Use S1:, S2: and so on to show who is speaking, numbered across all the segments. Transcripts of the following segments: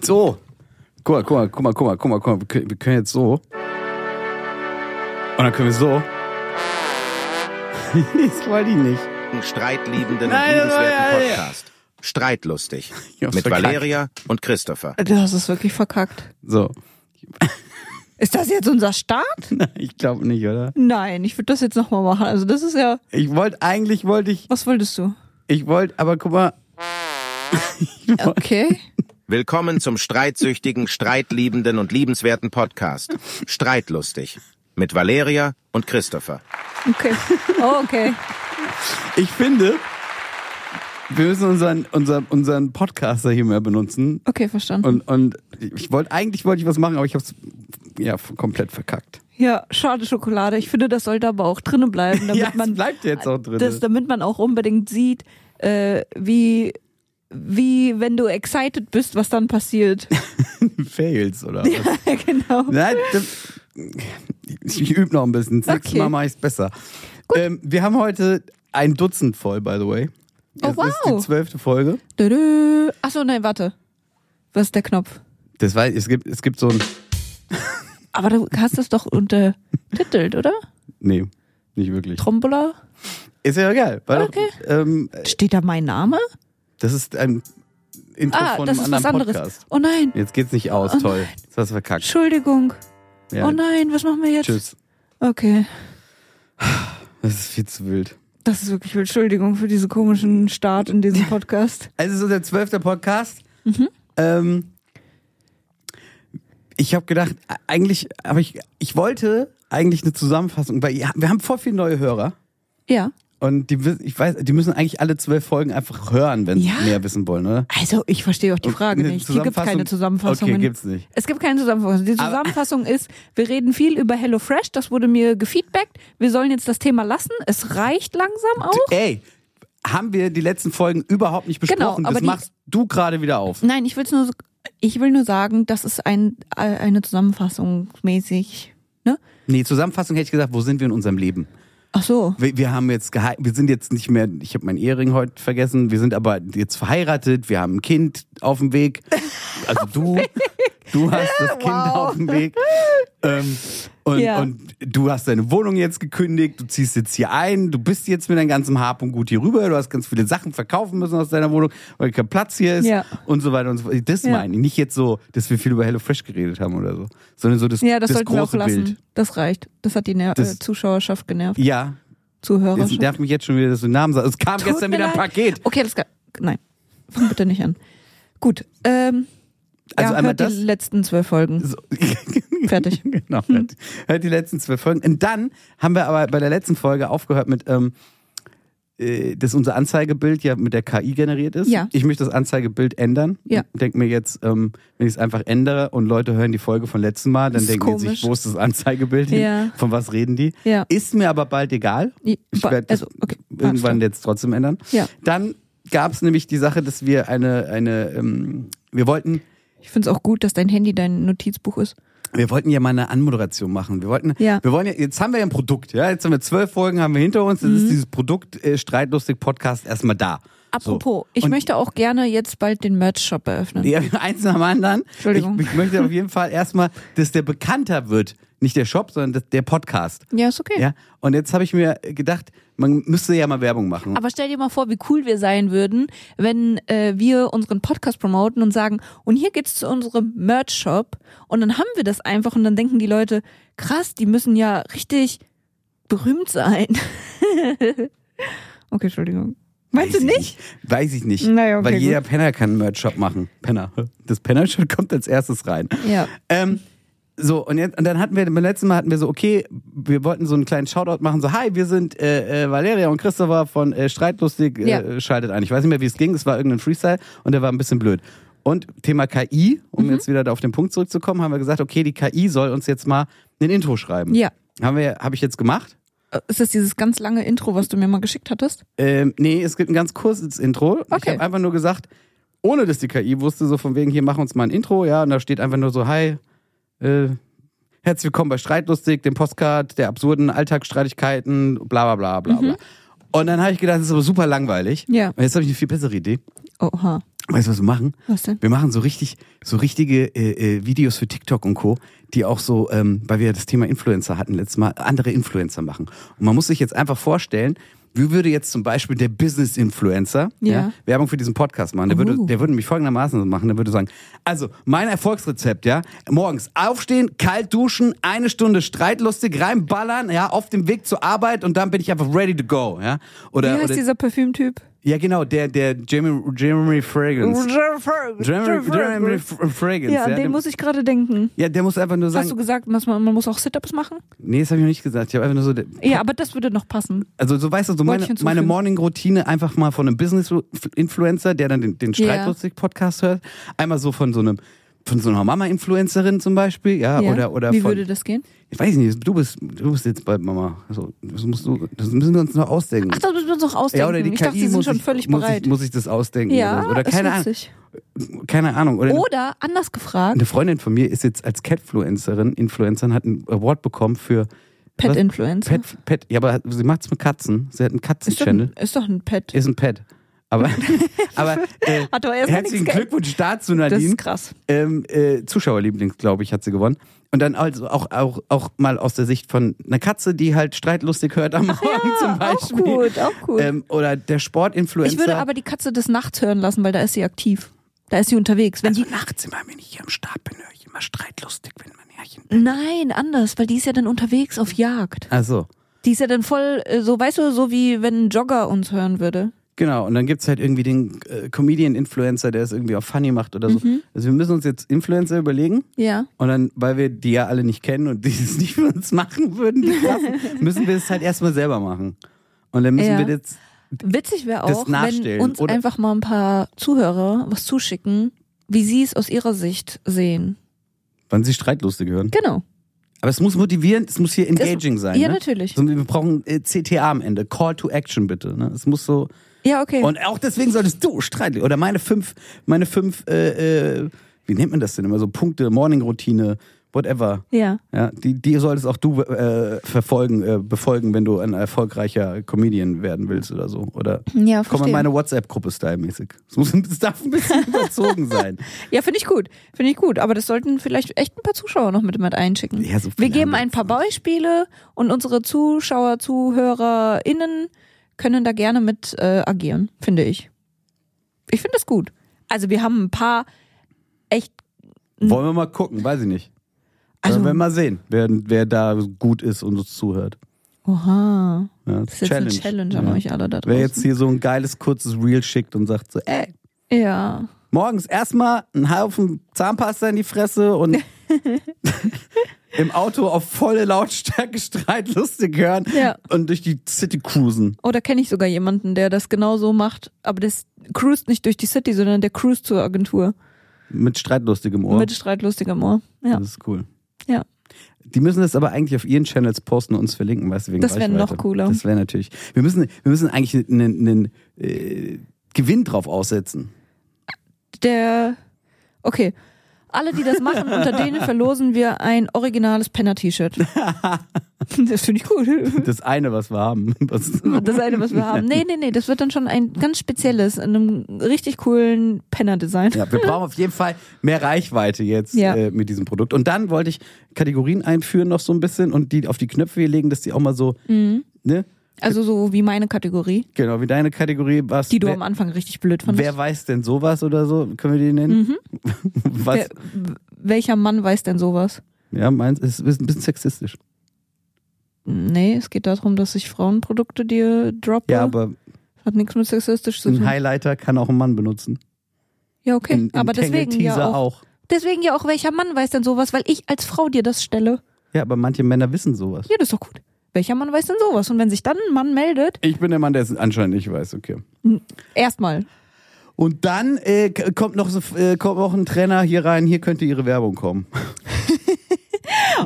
S1: so. Guck mal, guck mal, guck mal, guck mal, guck mal, guck mal. Wir können- Wir können jetzt so. Und dann können wir so. das wollte ich nicht.
S2: einen streitliebenden,
S1: Nein,
S2: und liebenswerten
S1: nein, nein.
S2: Podcast. Streitlustig.
S1: Ich hab's
S2: Mit
S1: verkackt.
S2: Valeria und Christopher.
S3: Du hast es wirklich verkackt.
S1: So.
S3: Ist das jetzt unser Start?
S1: Ich glaube nicht, oder?
S3: Nein, ich würde das jetzt nochmal machen. Also das ist ja...
S1: Ich wollte, eigentlich wollte ich,
S3: Was wolltest du?
S1: ich wollte, aber guck mal.
S3: Okay.
S2: Willkommen zum streitsüchtigen, streitliebenden und liebenswerten Podcast. Streitlustig. Mit Valeria und Christopher.
S3: Okay. Oh, okay.
S1: Ich finde, wir müssen unseren, unseren, unseren Podcaster hier mehr benutzen.
S3: Okay, verstanden.
S1: Und, und ich wollte, eigentlich wollte ich was machen, aber ich habe es ja, f- komplett verkackt.
S3: Ja, schade Schokolade. Ich finde, das sollte aber auch drinnen bleiben, damit
S1: ja, es
S3: man
S1: bleibt jetzt auch drin.
S3: das, damit man auch unbedingt sieht, äh, wie wie wenn du excited bist, was dann passiert.
S1: Fails, oder? was?
S3: genau.
S1: Nein, das, ich übe noch ein bisschen. Das nächste
S3: Okay.
S1: Mal mache ich es besser. Ähm, wir haben heute ein Dutzend voll, by the way.
S3: Oh,
S1: das ist die
S3: wow.
S1: zwölfte Folge.
S3: Dö-dö. Achso, nein, warte. Was ist der Knopf?
S1: Das war, es gibt, es gibt so ein,
S3: Aber du hast das doch untertitelt, oder?
S1: nee, nicht wirklich.
S3: Trombola?
S1: Ist ja geil. War
S3: Okay.
S1: Doch, ähm,
S3: Steht da mein Name?
S1: das ist ein Intro
S3: Ah,
S1: von
S3: das
S1: einem
S3: ist
S1: anderen
S3: was anderes.
S1: Podcast.
S3: Oh nein,
S1: Jetzt geht's nicht aus,
S3: Oh
S1: toll. Das hast du verkackt.
S3: Entschuldigung.
S1: Ja,
S3: Oh nein, was machen wir jetzt?
S1: Tschüss.
S3: Okay.
S1: Das ist viel zu wild.
S3: Das ist wirklich Entschuldigung für diesen komischen Start in diesem Podcast.
S1: Also es ist unser zwölfter Podcast. Ähm, ich habe gedacht, eigentlich, aber ich, ich wollte eigentlich eine Zusammenfassung, weil ihr- wir haben vor viele neue Hörer
S3: Ja.
S1: und die, wi- ich weiß, die müssen eigentlich alle zwölf Folgen einfach hören, wenn sie
S3: Ja?
S1: mehr wissen wollen, oder?
S3: Also, ich verstehe auch die Frage
S1: Eine
S3: nicht. Hier gibt es keine Zusammenfassungen.
S1: Okay, gibt's nicht.
S3: Es gibt keine Zusammenfassung. Die
S1: Aber-
S3: Zusammenfassung ist, wir reden viel über HelloFresh, das wurde mir gefeedbackt. Wir sollen jetzt das Thema lassen. Es reicht langsam auch.
S1: Ey, haben wir die letzten Folgen überhaupt nicht besprochen?
S3: Genau, aber
S1: das
S3: die-
S1: machst du gerade wieder auf.
S3: Nein, ich, will's nur, so- ich will nur sagen, das ist ein, äh, eine Zusammenfassung mäßig. Ne?
S1: Nee, Zusammenfassung hätte ich gesagt, wo sind wir in unserem Leben?
S3: Ach so.
S1: Wir, wir haben jetzt gehe wir sind jetzt nicht mehr, ich habe meinen Ehering heute vergessen, wir sind aber jetzt verheiratet, wir haben ein Kind auf dem Weg. Also du, du hast das Kind auf dem Weg. Ähm, und,
S3: Ja.
S1: und du hast deine Wohnung jetzt gekündigt, du ziehst jetzt hier ein, du bist jetzt mit deinem ganzen Hab und Gut hier rüber, du hast ganz viele Sachen verkaufen müssen aus deiner Wohnung, weil kein Platz hier ist
S3: Ja.
S1: und so weiter und so fort. Das
S3: Ja.
S1: meine ich. Nicht jetzt so, dass wir viel über HelloFresh geredet haben oder so, sondern so das,
S3: Ja, das,
S1: das
S3: sollten wir auch
S1: große
S3: lassen.
S1: Bild.
S3: Das reicht. Das hat die Ner
S1: Das-
S3: äh, Zuschauerschaft genervt.
S1: Ja, es
S3: Zuhörerschaft.
S1: darf mich jetzt schon wieder, dass du Namen sagst. Es kam
S3: Tut
S1: gestern
S3: mir
S1: wieder ein
S3: leid.
S1: Paket.
S3: Okay, das kann. Nein. Fang bitte nicht an. Gut. Ähm,
S1: Also
S3: ja,
S1: einmal
S3: hört
S1: das-
S3: die letzten zwölf Folgen.
S1: So.
S3: Fertig. Hm.
S1: genau. Hört, hört die letzten zwölf Folgen. Und dann haben wir aber bei der letzten Folge aufgehört mit, ähm, äh, dass unser Anzeigebild ja mit der KI generiert ist.
S3: Ja.
S1: Ich möchte das Anzeigebild ändern.
S3: Ja.
S1: Denke mir jetzt, ähm, wenn ich es einfach ändere und Leute hören die Folge von letzten Mal, dann
S3: Ist
S1: denken die sich,
S3: komisch.
S1: wo ist das Anzeigebild hin?
S3: Ja.
S1: Von was reden die?
S3: Ja.
S1: Ist mir aber bald egal.
S3: I-
S1: Ich
S3: ba-
S1: werde
S3: also, okay. Alles
S1: irgendwann
S3: klar.
S1: jetzt trotzdem ändern.
S3: Ja.
S1: Dann gab es nämlich die Sache, dass wir eine, eine ähm, wir wollten
S3: Ich finde es auch gut, dass dein Handy dein Notizbuch ist.
S1: wir wollten ja mal eine Anmoderation machen. Wir wollten,
S3: Ja.
S1: wir wollen ja, jetzt haben wir ja ein Produkt, ja. Jetzt haben wir zwölf Folgen haben wir hinter uns. Jetzt
S3: Mhm.
S1: ist dieses Produkt äh, Streitlustig Podcast erstmal da.
S3: Apropos,
S1: So.
S3: ich
S1: Und-
S3: möchte auch gerne jetzt bald den Merch-Shop eröffnen.
S1: Ja, eins nach dem anderen.
S3: Entschuldigung.
S1: Ich, ich möchte auf jeden Fall erstmal, dass der bekannter wird. Nicht der Shop, sondern das, der Podcast.
S3: Ja, ist okay.
S1: Ja. Und jetzt habe ich mir gedacht, man müsste ja mal Werbung machen.
S3: Aber stell dir mal vor, wie cool wir sein würden, wenn äh, wir unseren Podcast promoten und sagen, und hier geht's zu unserem Merch-Shop. Und dann haben wir das einfach und dann denken die Leute, krass, die müssen ja richtig berühmt sein. okay, Entschuldigung. Meinst
S1: Weiß
S3: du
S1: ich
S3: nicht?
S1: Weiß ich nicht.
S3: Naja, okay,
S1: Weil
S3: gut.
S1: jeder Penner kann einen Merch-Shop machen. Penner. Das Penner-Shirt kommt als erstes rein.
S3: Ja.
S1: Ähm, so, und, jetzt, und dann hatten wir, beim letzten Mal hatten wir so, okay, wir wollten so einen kleinen Shoutout machen, so, hi, wir sind äh, äh, Valeria und Christopher von äh, Streitlustig, äh,
S3: Ja.
S1: schaltet ein. Ich weiß nicht mehr, wie es ging, es war irgendein Freestyle und der war ein bisschen blöd. Und Thema KI,
S3: Mhm.
S1: um jetzt wieder da auf den Punkt zurückzukommen, haben wir gesagt, okay, die KI soll uns jetzt mal ein Intro schreiben.
S3: Ja.
S1: Haben wir, habe ich jetzt gemacht?
S3: Äh, Ist das dieses ganz lange Intro, was du mir mal geschickt hattest?
S1: Ähm, nee, es gibt ein ganz kurzes Intro. Ich
S3: Okay.
S1: habe einfach nur gesagt, ohne dass die KI wusste, so von wegen, hier machen uns mal ein Intro, ja, und da steht einfach nur so, hi, äh, herzlich willkommen bei Streitlustig, dem Postcard der absurden Alltagsstreitigkeiten, bla bla bla bla bla. Und dann habe ich gedacht, das ist aber super langweilig.
S3: Mhm. Ja.
S1: Und jetzt habe ich eine viel bessere Idee.
S3: Oha.
S1: Weißt du, was wir machen?
S3: Was denn?
S1: Wir machen so richtig, so richtige äh, äh, Videos für TikTok und Co., die auch so, ähm, weil wir das Thema Influencer hatten letztes Mal, andere Influencer machen. Und man muss sich jetzt einfach vorstellen, wie würde jetzt zum Beispiel der Business-Influencer
S3: Ja. Uh.
S1: Werbung für diesen Podcast machen? Der würde,
S3: Uhu.
S1: der würde mich folgendermaßen so machen. Der würde sagen, also mein Erfolgsrezept, ja, morgens aufstehen, kalt duschen, eine Stunde streitlustig reinballern, ja, auf dem Weg zur Arbeit und dann bin ich einfach ready to go, ja.
S3: Wie
S1: Oder,
S3: heißt
S1: oder
S3: dieser Parfümtyp?
S1: ja genau, der, der Jeremy, Jeremy Fragrance. Jeremy, Jeremy F- Fragrance.
S3: Ja,
S1: Ja,
S3: an
S1: der,
S3: den muss ich gerade denken.
S1: ja, der muss einfach nur
S3: Hast
S1: sagen.
S3: du gesagt, muss man, man muss auch Sit-Ups machen?
S1: Nee, das habe ich noch nicht gesagt. Ich habe einfach nur so. der-
S3: Ja, aber das würde noch passen.
S1: Also, so weißt du, so
S3: Wollte
S1: meine,
S3: ich hinzufügen.
S1: meine Morning-Routine einfach mal von einem Business-Influencer, der dann den, den
S3: Ja.
S1: Streitlustig-Podcast hört. Einmal so von so einem. Von so einer Mama-Influencerin zum Beispiel, ja,
S3: Ja.
S1: oder, oder
S3: Wie
S1: von,
S3: würde das gehen?
S1: ich weiß nicht, du bist, du bist jetzt bald Mama, also, das musst du, das müssen wir uns noch ausdenken.
S3: Ach, das müssen wir uns noch ausdenken.
S1: ja, oder die
S3: ich
S1: KI
S3: dachte, die sind
S1: muss
S3: schon
S1: ich,
S3: völlig
S1: muss
S3: bereit.
S1: Ich, muss ich das ausdenken
S3: ja,
S1: oder so, oder
S3: ist Oh,
S1: keine Ahnung,
S3: lustig.
S1: keine Ahnung, oder eine
S3: Oder anders gefragt,
S1: Eine Freundin von mir ist jetzt als Catfluencerin, Influencerin, hat einen Award bekommen für was?
S3: Pet-Influencer.
S1: Pet, Pet. Ja, aber sie macht's mit Katzen. Sie hat einen
S3: ist, doch ein,
S1: Katzen-Channel.
S3: ist doch ein Pet.
S1: Ist ein Pet. Aber, aber äh,
S3: Hat doch erstmal nichts
S1: herzlichen
S3: geändert.
S1: Glückwunsch dazu,
S3: Das
S1: Nadine.
S3: ist krass.
S1: Ähm, äh, Zuschauerlieblings, glaube ich, hat sie gewonnen. Und dann also auch, auch, auch mal aus der Sicht von einer Katze, die halt streitlustig hört am Morgen zum
S3: auch
S1: Beispiel.
S3: gut, auch gut.
S1: Ähm, oder der Sportinfluencer.
S3: Ich würde aber die Katze des Nachts hören lassen, weil da ist sie aktiv. Da ist sie unterwegs. Wenn
S1: also
S3: die
S1: nachts immer, wenn ich hier am Start bin, höre ich immer streitlustig, wenn mein Herrchen.
S3: Nein, anders, weil die ist ja dann unterwegs auf Jagd.
S1: Also.
S3: Die ist ja dann voll, äh, so weißt du, so wie wenn ein Jogger uns hören würde.
S1: Genau, und dann gibt's halt irgendwie den äh, Comedian-Influencer, der es irgendwie auf Funny macht oder so.
S3: Mhm.
S1: Also wir müssen uns jetzt Influencer überlegen.
S3: Ja.
S1: Und dann, weil wir die ja alle nicht kennen und die es nicht für uns machen würden, die Klassen, müssen wir es halt erstmal selber machen. Und dann müssen
S3: Ja.
S1: wir jetzt,
S3: Witzig wäre
S1: Das
S3: auch, wenn
S1: nachstellen,
S3: uns
S1: oder?
S3: einfach mal ein paar Zuhörer was zuschicken, wie sie es aus ihrer Sicht sehen.
S1: wann sie streitlustig hören.
S3: Genau.
S1: Aber es muss motivierend, es muss hier engaging sein.
S3: ja,
S1: ne?
S3: natürlich.
S1: So, wir brauchen äh, CTA am Ende, Call to Action bitte. Ne? Es muss so.
S3: Ja, okay.
S1: Und auch deswegen solltest du streitlich oder meine fünf, meine fünf, äh, äh, wie nennt man das denn immer so Punkte, Morning-Routine, whatever.
S3: ja.
S1: Ja, die, die solltest auch du äh, verfolgen, äh, befolgen, wenn du ein erfolgreicher Comedian werden willst oder so. Oder
S3: Ja,
S1: komm in
S3: verstehe.
S1: meine WhatsApp-Gruppe stylmäßig. Es muss- Es darf ein bisschen überzogen sein.
S3: Ja, finde ich gut. Finde ich gut. Aber das sollten vielleicht echt ein paar Zuschauer noch mit, mit einschicken.
S1: Ja, so viele
S3: Wir geben
S1: haben wir
S3: ein
S1: jetzt
S3: paar Beispiele und unsere Zuschauer, ZuhörerInnen können da gerne mit äh, agieren, finde ich. Ich finde das gut. Also wir haben ein paar echt,
S1: Wollen wir mal gucken, weiß ich nicht.
S3: Mhm. Also-
S1: Wollen wir mal sehen, wer, wer da gut ist und uns zuhört.
S3: oha,
S1: Ja,
S3: das ist jetzt eine Challenge an
S1: Ja.
S3: euch alle da draußen.
S1: Wer jetzt hier so ein geiles, kurzes Reel schickt und sagt so, ey,
S3: ja,
S1: morgens erstmal einen Haufen Zahnpasta in die Fresse und im Auto auf volle Lautstärke streitlustig hören
S3: Ja.
S1: und durch die City cruisen.
S3: oder kenne ich sogar jemanden, der das genau so macht, aber das cruist nicht durch die City, sondern der cruist zur Agentur
S1: Mit streitlustigem Ohr.
S3: mit streitlustigem Ohr. Ja,
S1: Das ist cool.
S3: ja.
S1: Die müssen das aber eigentlich auf ihren Channels posten und uns verlinken, weißt du, wegen
S3: Das wär
S1: Reichweite.
S3: noch cooler.
S1: Das wäre natürlich. Wir müssen, wir müssen eigentlich einen, einen äh, Gewinn drauf aussetzen.
S3: der. Okay. Alle, die das machen, unter denen verlosen wir ein originales Penner-T-Shirt. Das finde ich cool.
S1: Das eine, was wir haben. Was,
S3: Das eine, was wir haben. Nee, nee, nee, das wird dann schon ein ganz spezielles, in einem richtig coolen Penner-Design.
S1: Ja, wir brauchen auf jeden Fall mehr Reichweite jetzt
S3: Ja.
S1: äh, mit diesem Produkt. Und dann wollte ich Kategorien einführen noch so ein bisschen und die auf die Knöpfe hier legen, dass die auch mal so,
S3: Mhm.
S1: ne?
S3: Also so wie meine Kategorie,
S1: Genau, wie deine Kategorie, was
S3: die du
S1: wer,
S3: am Anfang richtig blöd fandest. Mhm.
S1: wer weiß denn sowas oder so, können wir die nennen? Was?
S3: Wer, welcher Mann weiß denn sowas?
S1: Ja, meins ist, ist ein bisschen sexistisch.
S3: Nee, es geht darum, dass ich Frauenprodukte dir droppe.
S1: Ja, aber
S3: Hat nichts mit sexistisch zu
S1: ein
S3: tun.
S1: Highlighter kann auch ein Mann benutzen.
S3: Ja, okay.
S1: Ein- ein
S3: aber deswegen ja
S1: Tangle-Teaser
S3: auch, Deswegen ja auch, welcher Mann weiß denn sowas, weil ich als Frau dir das stelle.
S1: Ja, aber manche Männer wissen sowas.
S3: Ja, das ist doch gut. Welcher Mann weiß denn sowas? Und wenn sich dann ein Mann meldet,
S1: Ich bin der Mann, der es anscheinend nicht weiß, okay.
S3: erstmal.
S1: Und dann äh, k- kommt noch so, äh, kommt noch ein Trainer hier rein, hier könnte ihre Werbung kommen.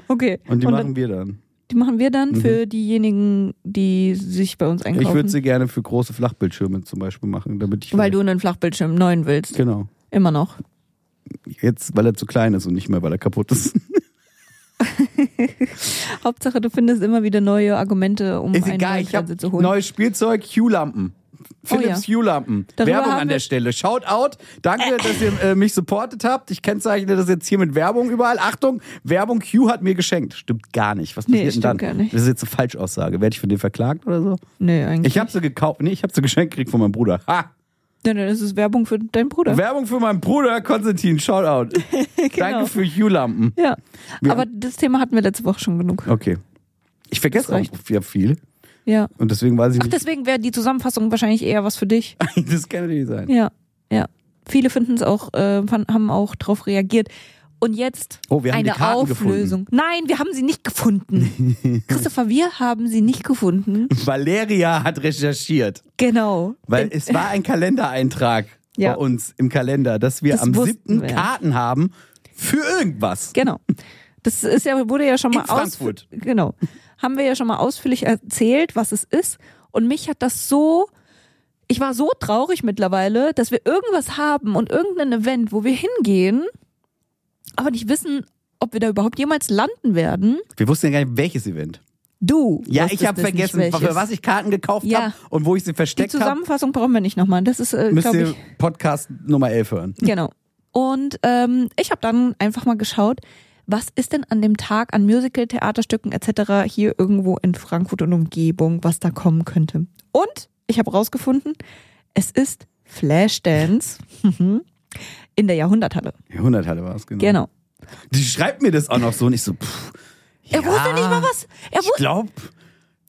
S3: Okay.
S1: Und die
S3: dann-
S1: machen wir dann.
S3: die machen wir dann für diejenigen, die sich bei uns einkaufen.
S1: Ich würde sie gerne für große Flachbildschirme zum Beispiel machen, damit ich.
S3: weil du einen Flachbildschirm neuen willst.
S1: Genau.
S3: Immer noch.
S1: Jetzt, weil er zu klein ist und nicht mehr, weil er kaputt ist.
S3: Hauptsache, du findest immer wieder neue Argumente, um einen neuen Fernseher zu holen.
S1: Neues Spielzeug, Q-Lampen. Philips
S3: Oh ja.
S1: Hue-Lampen.
S3: Darüber
S1: Werbung
S3: haben
S1: an der
S3: wir-
S1: Stelle. Shout out. Danke, dass ihr äh, mich supportet habt. Ich kennzeichne das jetzt hier mit Werbung überall. Achtung, Werbung Hue hat mir geschenkt. Stimmt gar nicht. Was
S3: Nee,
S1: passiert denn
S3: stimmt
S1: dann?
S3: gar nicht.
S1: Das ist jetzt eine Falschaussage. Werde ich von dir verklagt oder so?
S3: Nee, eigentlich.
S1: Ich habe sie gekauft. Nee, ich habe sie geschenkt gekriegt von meinem Bruder. Ha!
S3: Nein, nein, das ist Werbung für deinen Bruder.
S1: Werbung für meinen Bruder Konstantin. Shout out.
S3: Genau.
S1: Danke für Hue-Lampen.
S3: ja.
S1: Wir-
S3: Aber das Thema hatten wir letzte Woche schon genug.
S1: Okay. Ich vergesse
S3: Das reicht.
S1: auch ja viel.
S3: Ja.
S1: Und deswegen weiß ich
S3: Ach,
S1: nicht.
S3: deswegen wäre die Zusammenfassung wahrscheinlich eher was für dich.
S1: Das kann natürlich sein.
S3: Ja, ja. Viele finden es auch, äh, fan- haben auch drauf reagiert. Und jetzt
S1: Oh, wir haben
S3: eine
S1: die Karten
S3: Auflösung. Nein, wir haben sie nicht gefunden. Christopher, wir haben sie nicht gefunden.
S1: Valeria hat recherchiert,
S3: Genau.
S1: weil es war ein Kalendereintrag
S3: Ja.
S1: bei uns im Kalender, dass wir
S3: Das
S1: am
S3: wussten
S1: 7.
S3: wir.
S1: Karten haben für irgendwas.
S3: Genau. Das ist ja, wurde ja schon
S1: In
S3: mal aus.
S1: Frankfurt.
S3: Genau. Haben wir ja schon mal ausführlich erzählt, was es ist. Und mich hat das so. Ich war so traurig mittlerweile, dass wir irgendwas haben und irgendein Event, wo wir hingehen, aber nicht wissen, ob wir da überhaupt jemals landen werden.
S1: Wir wussten ja gar nicht, welches Event.
S3: Du.
S1: Ja,
S3: wusstest
S1: ich habe
S3: es
S1: vergessen,
S3: nicht, welches.
S1: für was ich Karten gekauft
S3: Ja.
S1: habe und wo ich sie
S3: Die
S1: versteckt habe.
S3: Zusammenfassung brauchen wir nicht nochmal. Das ist, äh,
S1: Müsst
S3: glaube
S1: ihr
S3: ich.
S1: Podcast Nummer 11 hören.
S3: Genau. Und ähm, ich habe dann einfach mal geschaut, was ist denn an dem Tag an Musical, Theaterstücken etc. hier irgendwo in Frankfurt und Umgebung, was da kommen könnte. Und ich habe rausgefunden, es ist Flashdance mhm, in der Jahrhunderthalle.
S1: Jahrhunderthalle war es, genau.
S3: Genau.
S1: Die schreibt mir das auch noch so und ich so, pff,
S3: Er
S1: ja,
S3: wusste nicht mal was. Er
S1: Ich
S3: wusste.
S1: glaube,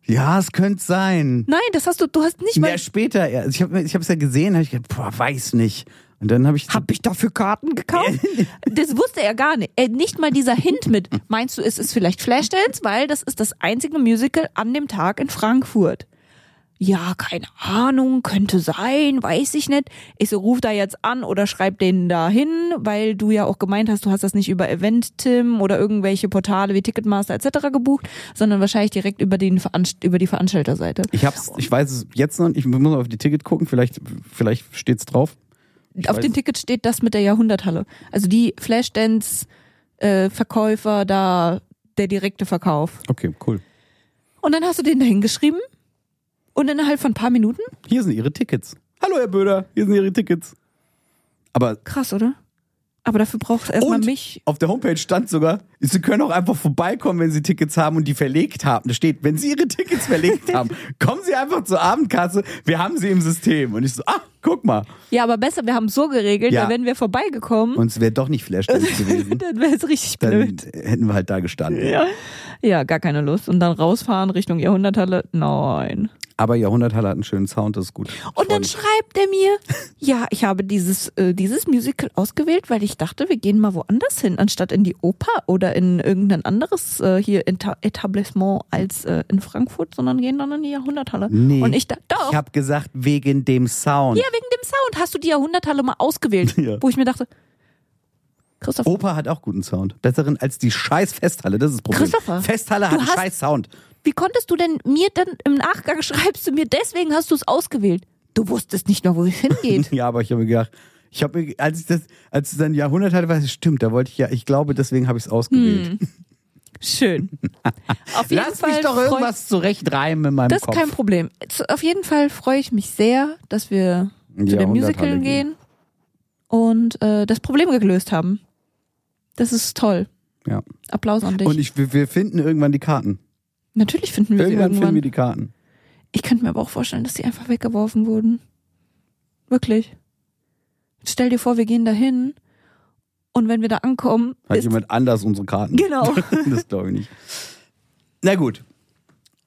S1: ja, es könnte sein.
S3: Nein, das hast du, du hast nicht mal.
S1: ja, später. Ja. Ich habe ich hab's ja gesehen, habe ich gedacht, boah, weiß nicht. Und dann habe ich
S3: Hab ich dafür Karten gekauft? Das wusste er gar nicht. Er nicht mal dieser Hint mit. Meinst du, es ist vielleicht Flashdance? Weil das ist das einzige Musical an dem Tag in Frankfurt. Ja, keine Ahnung, könnte sein, weiß ich nicht. Ich so, ruf da jetzt an oder schreib denen da hin, weil du ja auch gemeint hast, du hast das nicht über Event-Tim oder irgendwelche Portale wie Ticketmaster etc. gebucht, sondern wahrscheinlich direkt über, den Veranst über die Veranstalterseite.
S1: Ich hab's, ich weiß es jetzt noch nicht. Ich muss noch auf die Ticket gucken. Vielleicht, vielleicht steht's drauf.
S3: Auf
S1: weiß-
S3: dem Ticket steht das mit der Jahrhunderthalle. Also die Flashdance-Verkäufer da, der direkte Verkauf.
S1: Okay, cool.
S3: Und dann hast du den da hingeschrieben und innerhalb von ein paar Minuten,
S1: Hier sind Ihre Tickets. Hallo, Herr Böder. Hier sind Ihre Tickets. Aber
S3: krass, oder? Aber dafür brauchst du erstmal
S1: und
S3: mich.
S1: auf der Homepage stand sogar, Sie können auch einfach vorbeikommen, wenn Sie Tickets haben und die verlegt haben. Da steht, wenn Sie Ihre Tickets verlegt haben, kommen Sie einfach zur Abendkasse. Wir haben sie im System. Und ich so, ah, guck mal.
S3: Ja, aber besser, wir haben es so geregelt,
S1: Ja.
S3: weil wenn wir vorbeigekommen,
S1: Und es wäre doch nicht Flashdance gewesen.
S3: dann wäre es richtig
S1: Dann
S3: blöd.
S1: hätten wir halt da gestanden.
S3: Ja, gar keine Lust. Und dann rausfahren Richtung Jahrhunderthalle? Nein.
S1: Aber Jahrhunderthalle hat halt einen schönen Sound, das ist gut.
S3: Und dann
S1: Freut
S3: schreibt er mir, ja, ich habe dieses, äh, dieses Musical ausgewählt, weil ich dachte, wir gehen mal woanders hin, anstatt in die Oper oder in irgendein anderes äh, hier Eta Etablissement als äh, in Frankfurt, sondern gehen dann in die Jahrhunderthalle.
S1: Nee.
S3: Und ich dachte, doch,
S1: Ich habe gesagt, wegen dem Sound.
S3: ja, wegen dem Sound hast du die Jahrhunderthalle mal ausgewählt,
S1: Ja. Oh.
S3: wo ich mir dachte, Christoph,
S1: Opa hat auch guten Sound. Besseren als die scheiß Festhalle, das ist das Problem.
S3: Christopher,
S1: Festhalle
S3: du
S1: hat einen
S3: hast-
S1: scheiß Sound.
S3: wie konntest du denn mir dann im Nachgang schreibst du mir, deswegen hast du es ausgewählt? Du wusstest nicht mal, wo es hingeht.
S1: Ja, aber ich habe mir gedacht, ich habe mir, als ich das, als es dann Jahrhundert hatte, war es stimmt, da wollte ich ja, ich glaube, deswegen habe ich
S3: Hm,
S1: es ausgewählt.
S3: Schön. Auf jeden
S1: Lass
S3: Fall
S1: mich doch
S3: freut-
S1: irgendwas zurechtreimen in meinem
S3: Das ist
S1: Kopf.
S3: kein Problem. Z- Auf jeden Fall freue ich mich sehr, dass wir zu
S1: Ja,
S3: dem Musical
S1: Jahrhunderthalle
S3: gehen, und äh, das Problem gelöst haben. Das ist toll.
S1: Ja.
S3: Applaus an dich.
S1: Und ich, wir, wir finden irgendwann die Karten.
S3: Natürlich finden wir
S1: Irgendwann finden
S3: sie irgendwann.
S1: wir die Karten.
S3: Ich könnte mir aber auch vorstellen, dass sie einfach weggeworfen wurden. Wirklich. Stell dir vor, wir gehen dahin und wenn wir da ankommen,
S1: Hat
S3: ist
S1: jemand anders unsere Karten?
S3: Genau.
S1: das glaube ich nicht. Na gut.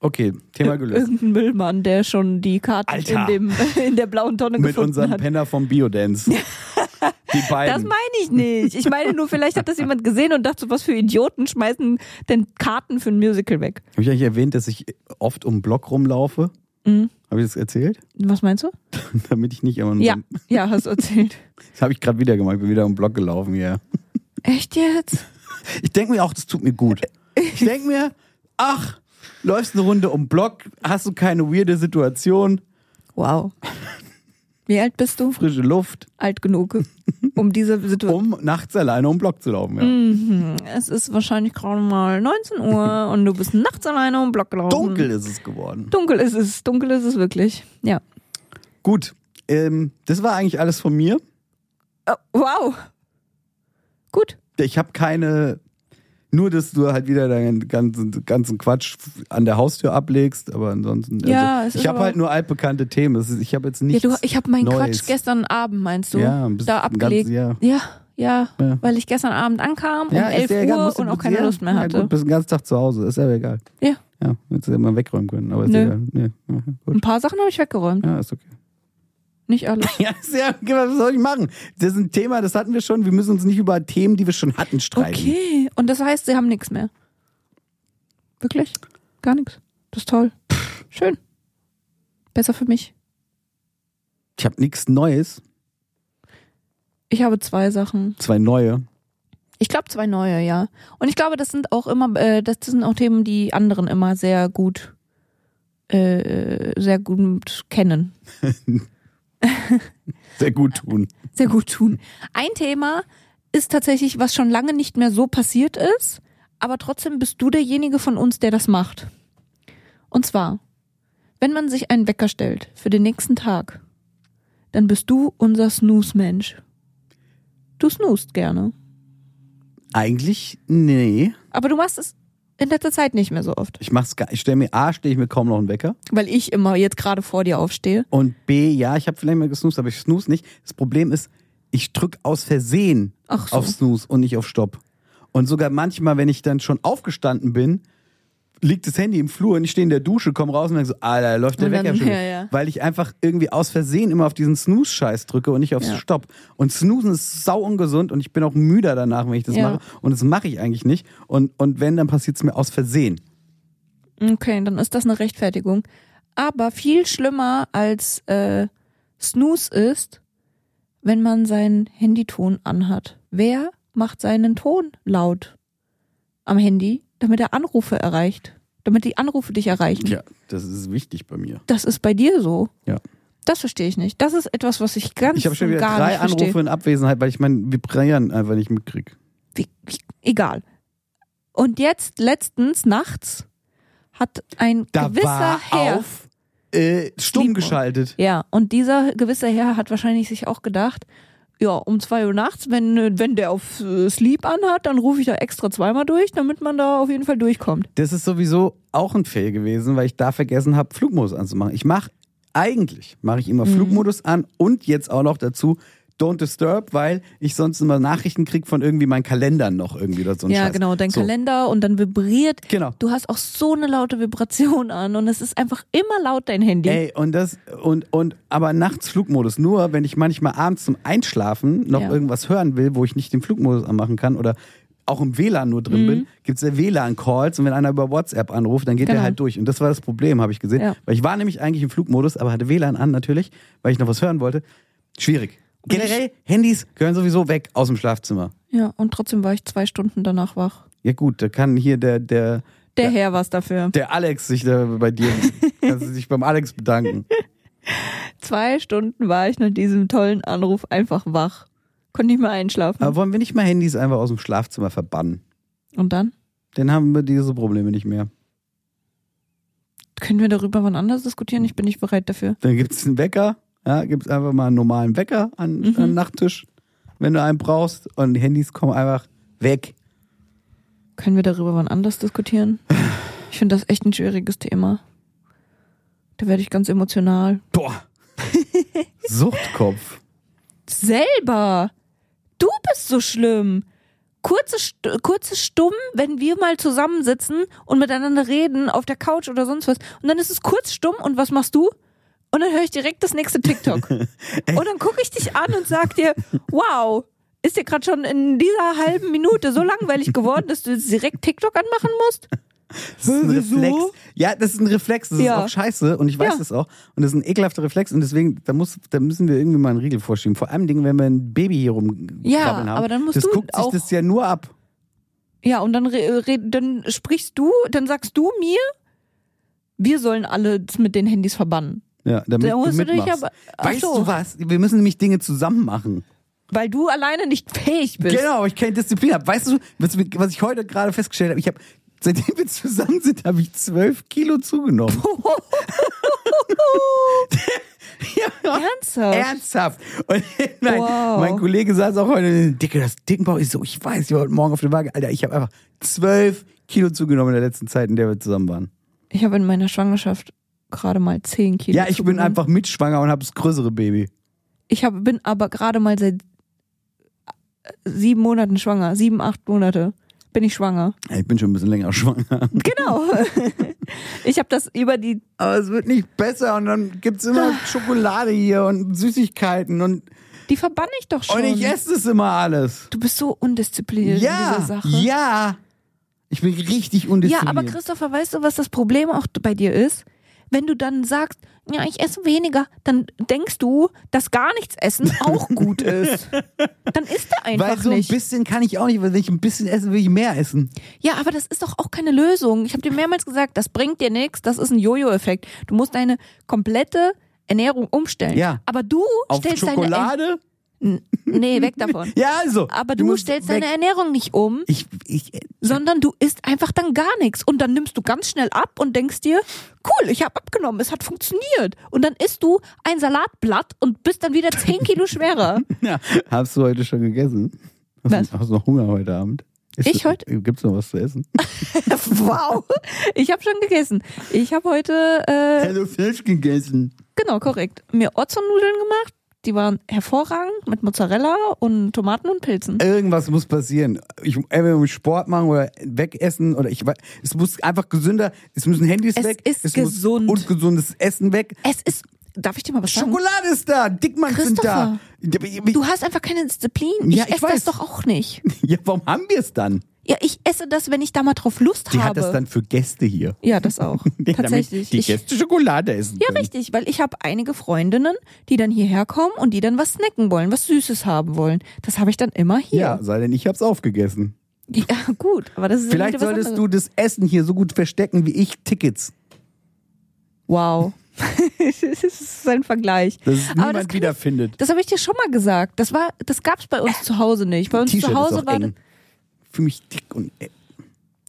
S1: Okay,
S3: Äh,
S1: Thema gelöst.
S3: irgendein Müllmann, der schon die Karten in,
S1: Alter.
S3: dem, in der blauen Tonne
S1: Mit
S3: gefunden
S1: unserem
S3: hat.
S1: Penner vom Biodance. Die
S3: Das
S1: beiden.
S3: meine ich nicht. Ich meine nur, vielleicht hat das jemand gesehen und dachte, so, was für Idioten schmeißen denn Karten für ein Musical weg.
S1: Habe ich eigentlich erwähnt, dass ich oft um den Block rumlaufe?
S3: Mhm.
S1: Habe ich das erzählt?
S3: Was meinst du?
S1: Damit ich nicht immer nur.
S3: Ja, ja, hast du erzählt.
S1: Das habe ich gerade wieder gemacht. Bin wieder um den Block gelaufen hier.
S3: Echt jetzt?
S1: Ich denke mir auch, das tut mir gut. Ich denke mir, ach, läufst eine Runde um den Block, hast du keine weirde Situation,
S3: Wow. Wie alt bist du?
S1: frische Luft,
S3: Alt genug, um diese Situation.
S1: um nachts alleine um den Block zu laufen. Ja.
S3: Mhm.
S1: Oh.
S3: Es ist wahrscheinlich gerade mal 19 Uhr und du bist nachts alleine um den Block gelaufen.
S1: Dunkel ist es geworden.
S3: Dunkel ist es, dunkel ist es wirklich. Ja.
S1: Gut, ähm, das war eigentlich alles von mir.
S3: Oh, wow. Gut.
S1: Ich habe keine. Nur, dass du halt wieder deinen ganzen, ganzen Quatsch an der Haustür ablegst, aber ansonsten.
S3: Ja, es
S1: also,
S3: ist
S1: ich habe
S3: aber-
S1: halt nur altbekannte Themen. Es ist- Ich habe jetzt
S3: Ja,
S1: nichts.
S3: du, ich habe meinen
S1: Neues.
S3: Quatsch gestern Abend, meinst du?
S1: Ja, ein bisschen-
S3: da
S1: ein
S3: abgelegt.
S1: ganz-
S3: ja. ja,
S1: Ja.
S3: weil ich gestern Abend ankam um
S1: ja, ist
S3: 11
S1: ja egal, musst
S3: Uhr
S1: du-
S3: und auch keine
S1: ja,
S3: Lust mehr
S1: Ja,
S3: hatte.
S1: gut, bist den ganzen Tag zu Hause, ist ja egal.
S3: Ja,
S1: Ja, hättest du ja mal wegräumen können, aber ist
S3: Nö.
S1: egal. Nee. Ja, gut.
S3: ein paar Sachen habe ich weggeräumt.
S1: Ja, ist okay.
S3: Nicht alles.
S1: Ja, ist ja, was soll ich machen? Das ist ein Thema, das hatten wir schon. Wir müssen uns nicht über Themen, die wir schon hatten, streiten.
S3: Okay, und das heißt, sie haben nichts mehr. Wirklich? Gar nichts. Das ist toll. Pff, schön. Besser für mich.
S1: Ich habe nichts Neues,
S3: Ich habe zwei Sachen.
S1: zwei neue.
S3: Ich glaube zwei neue, ja. Und ich glaube, das sind auch immer, äh, das sind auch Themen, die anderen immer sehr gut, äh, sehr gut kennen.
S1: Sehr gut tun.
S3: sehr gut tun. Ein Thema ist tatsächlich, was schon lange nicht mehr so passiert ist, aber trotzdem bist du derjenige von uns, der das macht. Und zwar, wenn man sich einen Wecker stellt für den nächsten Tag, dann bist du unser Snooze-Mensch. Du snoost gerne.
S1: Eigentlich, nee.
S3: Aber du machst es in letzter Zeit nicht mehr so oft.
S1: Ich mach's gar, ich stelle mir A, stelle ich mir kaum noch einen Wecker.
S3: Weil ich immer jetzt gerade vor dir aufstehe.
S1: Und B, ja, ich habe vielleicht mal gesnoost, aber ich snooze nicht. Das Problem ist, ich drück aus Versehen
S3: Ach so.
S1: auf Snooze und nicht auf Stopp. Und sogar manchmal, wenn ich dann schon aufgestanden bin, liegt das Handy im Flur und ich stehe in der Dusche, komm raus und denk so, ah, da läuft der
S3: Und dann-
S1: Wecker schon.
S3: ja, ja.
S1: Weil ich einfach irgendwie aus Versehen immer auf diesen Snooze-Scheiß drücke und nicht auf
S3: Ja.
S1: Stopp. Und Snoozen ist sau ungesund und ich bin auch müder danach, wenn ich das
S3: Ja.
S1: mache. Und das mache ich eigentlich nicht. Und, und wenn, dann passiert es mir aus Versehen.
S3: Okay, dann ist das eine Rechtfertigung. Aber viel schlimmer als äh, Snooze ist, wenn man seinen Handyton anhat. Wer macht seinen Ton laut am Handy, damit er Anrufe erreicht? Damit die Anrufe dich erreichen.
S1: das ist wichtig bei mir.
S3: Das ist bei dir so.
S1: Ja.
S3: Das verstehe ich nicht. Das ist etwas, was ich ganz
S1: Ich habe schon
S3: und
S1: wieder
S3: gar
S1: drei
S3: nicht verstehe.
S1: Anrufe in Abwesenheit, weil ich mein Vibrieren einfach nicht mitkrieg.
S3: Wie, wie, egal. Und jetzt letztens nachts hat ein gewisser Herr
S1: auf äh, stumm
S3: Sleep-Mode.
S1: geschaltet.
S3: Ja, und dieser gewisse Herr hat wahrscheinlich sich auch gedacht, ja, um zwei Uhr nachts, wenn, äh, wenn der auf äh, Sleep anhat, dann rufe ich da extra zweimal durch, damit man da auf jeden Fall durchkommt.
S1: Das ist sowieso auch ein Fail gewesen, weil ich da vergessen habe, Flugmodus anzumachen. Ich mache eigentlich mache ich
S3: Mhm.
S1: immer Flugmodus an und jetzt auch noch dazu Don't Disturb, weil ich sonst immer Nachrichten krieg von irgendwie meinen Kalendern noch irgendwie oder so ein
S3: ja,
S1: Scheiß.
S3: genau, dein
S1: so.
S3: Kalender und dann vibriert.
S1: Genau.
S3: Du hast auch so eine laute Vibration an und es ist einfach immer laut dein Handy.
S1: Ey, und das, und, und, aber nachts Flugmodus. Nur, wenn ich manchmal abends zum Einschlafen noch
S3: Ja.
S1: irgendwas hören will, wo ich nicht den Flugmodus anmachen kann oder auch im WLAN nur
S3: Mhm.
S1: drin bin, gibt's ja WLAN-Calls und wenn einer über WhatsApp anruft, dann geht der
S3: Genau.
S1: halt durch. Und das war das Problem, habe ich gesehen.
S3: Ja.
S1: Weil ich war nämlich eigentlich im Flugmodus, aber hatte WLAN an natürlich, weil ich noch was hören wollte. Schwierig. Generell, Handys gehören sowieso weg aus dem Schlafzimmer.
S3: Ja, und trotzdem war ich zwei Stunden danach wach.
S1: Ja gut, da kann hier der, der,
S3: Der Herr war es dafür.
S1: der Alex sich da bei dir, kannst du dich beim Alex bedanken.
S3: Zwei Stunden war ich nach diesem tollen Anruf einfach wach. Konnte nicht mehr einschlafen.
S1: Aber wollen wir nicht mal Handys einfach aus dem Schlafzimmer verbannen?
S3: und dann?
S1: dann haben wir diese Probleme nicht mehr.
S3: Können wir darüber wann anders diskutieren? Ich bin nicht bereit dafür.
S1: Dann gibt es einen Wecker, ja, gibt es einfach mal einen normalen Wecker an,
S3: Mhm.
S1: an den Nachttisch, wenn du einen brauchst. Und Handys kommen einfach weg.
S3: Können wir darüber wann anders diskutieren? Ich finde das echt ein schwieriges Thema. Da werde ich ganz emotional.
S1: Boah. Suchtkopf.
S3: Selber! Du bist so schlimm! Kurze, St kurze Stumm, wenn wir mal zusammensitzen und miteinander reden, auf der Couch oder sonst was. Und dann ist es kurz stumm und was machst du? Und dann höre ich direkt das nächste TikTok. und dann gucke ich dich an und sag dir, wow, ist dir gerade schon in dieser halben Minute so langweilig geworden, dass du jetzt direkt TikTok anmachen musst?
S1: Das ist ein
S3: Wieso?
S1: Reflex. Ja, das ist ein Reflex. Das
S3: Ja.
S1: ist auch scheiße. Und ich weiß
S3: Ja.
S1: das auch. Und das ist ein ekelhafter Reflex. Und deswegen, da, muss, da müssen wir irgendwie mal einen Riegel vorschieben. Vor allem, Dingen, wenn wir ein Baby hier rumkrabbeln
S3: Ja,
S1: haben.
S3: aber dann musst
S1: das
S3: du
S1: guckt sich
S3: auch-
S1: das ja nur ab.
S3: Ja, und dann, re re- dann sprichst du, dann sagst du mir, wir sollen alle das mit den Handys verbannen.
S1: Ja, damit
S3: Da
S1: du
S3: musst du dich
S1: mitmachst.
S3: aber- Ach
S1: weißt
S3: so.
S1: du was? Wir müssen nämlich Dinge zusammen machen.
S3: Weil du alleine nicht fähig bist.
S1: Genau, aber ich keine Disziplin habe. Weißt du, was, was ich heute gerade festgestellt habe? Ich habe, seitdem wir Genau. zusammen sind, habe ich zwölf Kilo zugenommen.
S3: Ernsthaft?
S1: Ernsthaft. Und mein,
S3: Wow.
S1: mein Kollege saß auch heute, und, Dicke, das Dickenbauch ist so, ich weiß, ich war heute Morgen auf der Waage. Alter, ich habe einfach zwölf Kilo zugenommen in der letzten Zeit, in der wir zusammen waren.
S3: Ich habe in meiner Schwangerschaft gerade mal 10 Kilo.
S1: Ja, ich bin
S3: zugenommen.
S1: einfach mitschwanger und habe das größere Baby.
S3: Ich hab, bin aber gerade mal seit äh, sieben Monaten schwanger. Sieben, acht Monate bin ich schwanger.
S1: Ja, Ich bin schon ein bisschen länger schwanger.
S3: Genau. ich habe das über die.
S1: Aber es wird nicht besser und dann gibt's immer Schokolade hier und Süßigkeiten und,
S3: Die verbann ich doch schon.
S1: und ich esse es immer alles.
S3: Du bist so undiszipliniert in dieser
S1: Ja,
S3: Sache.
S1: ja. Ich bin richtig
S3: Ja,
S1: undiszipliniert.
S3: aber Christopher, weißt du, was das Problem auch bei dir ist? Wenn du dann sagst, ja, ich esse weniger, dann denkst du, dass gar nichts essen auch gut ist. Dann isst er einfach
S1: Weil so ein
S3: nicht.
S1: bisschen kann ich auch nicht, weil wenn ich ein bisschen esse, will ich mehr essen.
S3: Ja, aber das ist doch auch keine Lösung. Ich habe dir mehrmals gesagt, das bringt dir nichts, das ist ein Jojo-Effekt. Du musst deine komplette Ernährung umstellen.
S1: Ja.
S3: Aber du
S1: Auf
S3: stellst deine
S1: Schokolade?
S3: Ern- Nee, weg davon.
S1: Ja, also.
S3: Aber du,
S1: musst
S3: stellst
S1: weg-
S3: deine Ernährung nicht um,
S1: Ich, ich,
S3: sondern du isst einfach dann gar nichts und dann nimmst du ganz schnell ab und denkst dir, cool, ich habe abgenommen, es hat funktioniert und dann isst du ein Salatblatt und bist dann wieder 10 Kilo schwerer.
S1: ja, hast du heute schon gegessen? Hast, du- hast du noch Hunger heute Abend? Ist
S3: Ich
S1: du-
S3: heute?
S1: Gibt's noch was zu essen?
S3: wow, ich habe schon gegessen. Ich habe heute äh,
S1: Hello Fisch gegessen.
S3: Genau, korrekt. Mir Orzo-Nudeln gemacht. Die waren hervorragend mit Mozzarella und Tomaten und Pilzen.
S1: Irgendwas muss passieren. Ich, entweder muss ich Sport machen oder wegessen oder ich, wei- es muss einfach gesünder, es müssen Handys
S3: Es
S1: weg.
S3: ist
S1: muss
S3: gesund.
S1: ungesundes Essen weg.
S3: Es ist, darf ich dir mal was sagen?
S1: Schokolade ist da, Dickmann sind da.
S3: Du hast einfach keine Disziplin. Ich
S1: Ja, ich
S3: esse
S1: weiß.
S3: das doch auch nicht.
S1: Ja, warum haben wir es dann?
S3: Ja, ich esse das, wenn ich da mal drauf Lust
S1: Die
S3: habe.
S1: hat das dann für Gäste hier.
S3: ja, das auch.
S1: Damit
S3: Tatsächlich.
S1: Die
S3: Ich, ja,
S1: Gäste Schokolade essen. können.
S3: richtig, weil ich habe einige Freundinnen, die dann hierher kommen und die dann was snacken wollen, was Süßes haben wollen. Das habe ich dann immer hier.
S1: Ja, sei denn, ich hab's aufgegessen.
S3: ja gut, aber das ist
S1: Vielleicht
S3: wieder was
S1: solltest
S3: anderes.
S1: du das Essen hier so gut verstecken wie ich Tickets.
S3: Wow. das ist ein Vergleich.
S1: Dass es
S3: Aber das
S1: niemand
S3: kann
S1: wiederfindet.
S3: Das habe ich dir schon mal gesagt. Das war, das gab's bei uns zu Hause nicht. Bei uns
S1: Äh, T-Shirt
S3: zu
S1: ist
S3: Hause
S1: auch
S3: war
S1: eng. Für mich dick und e-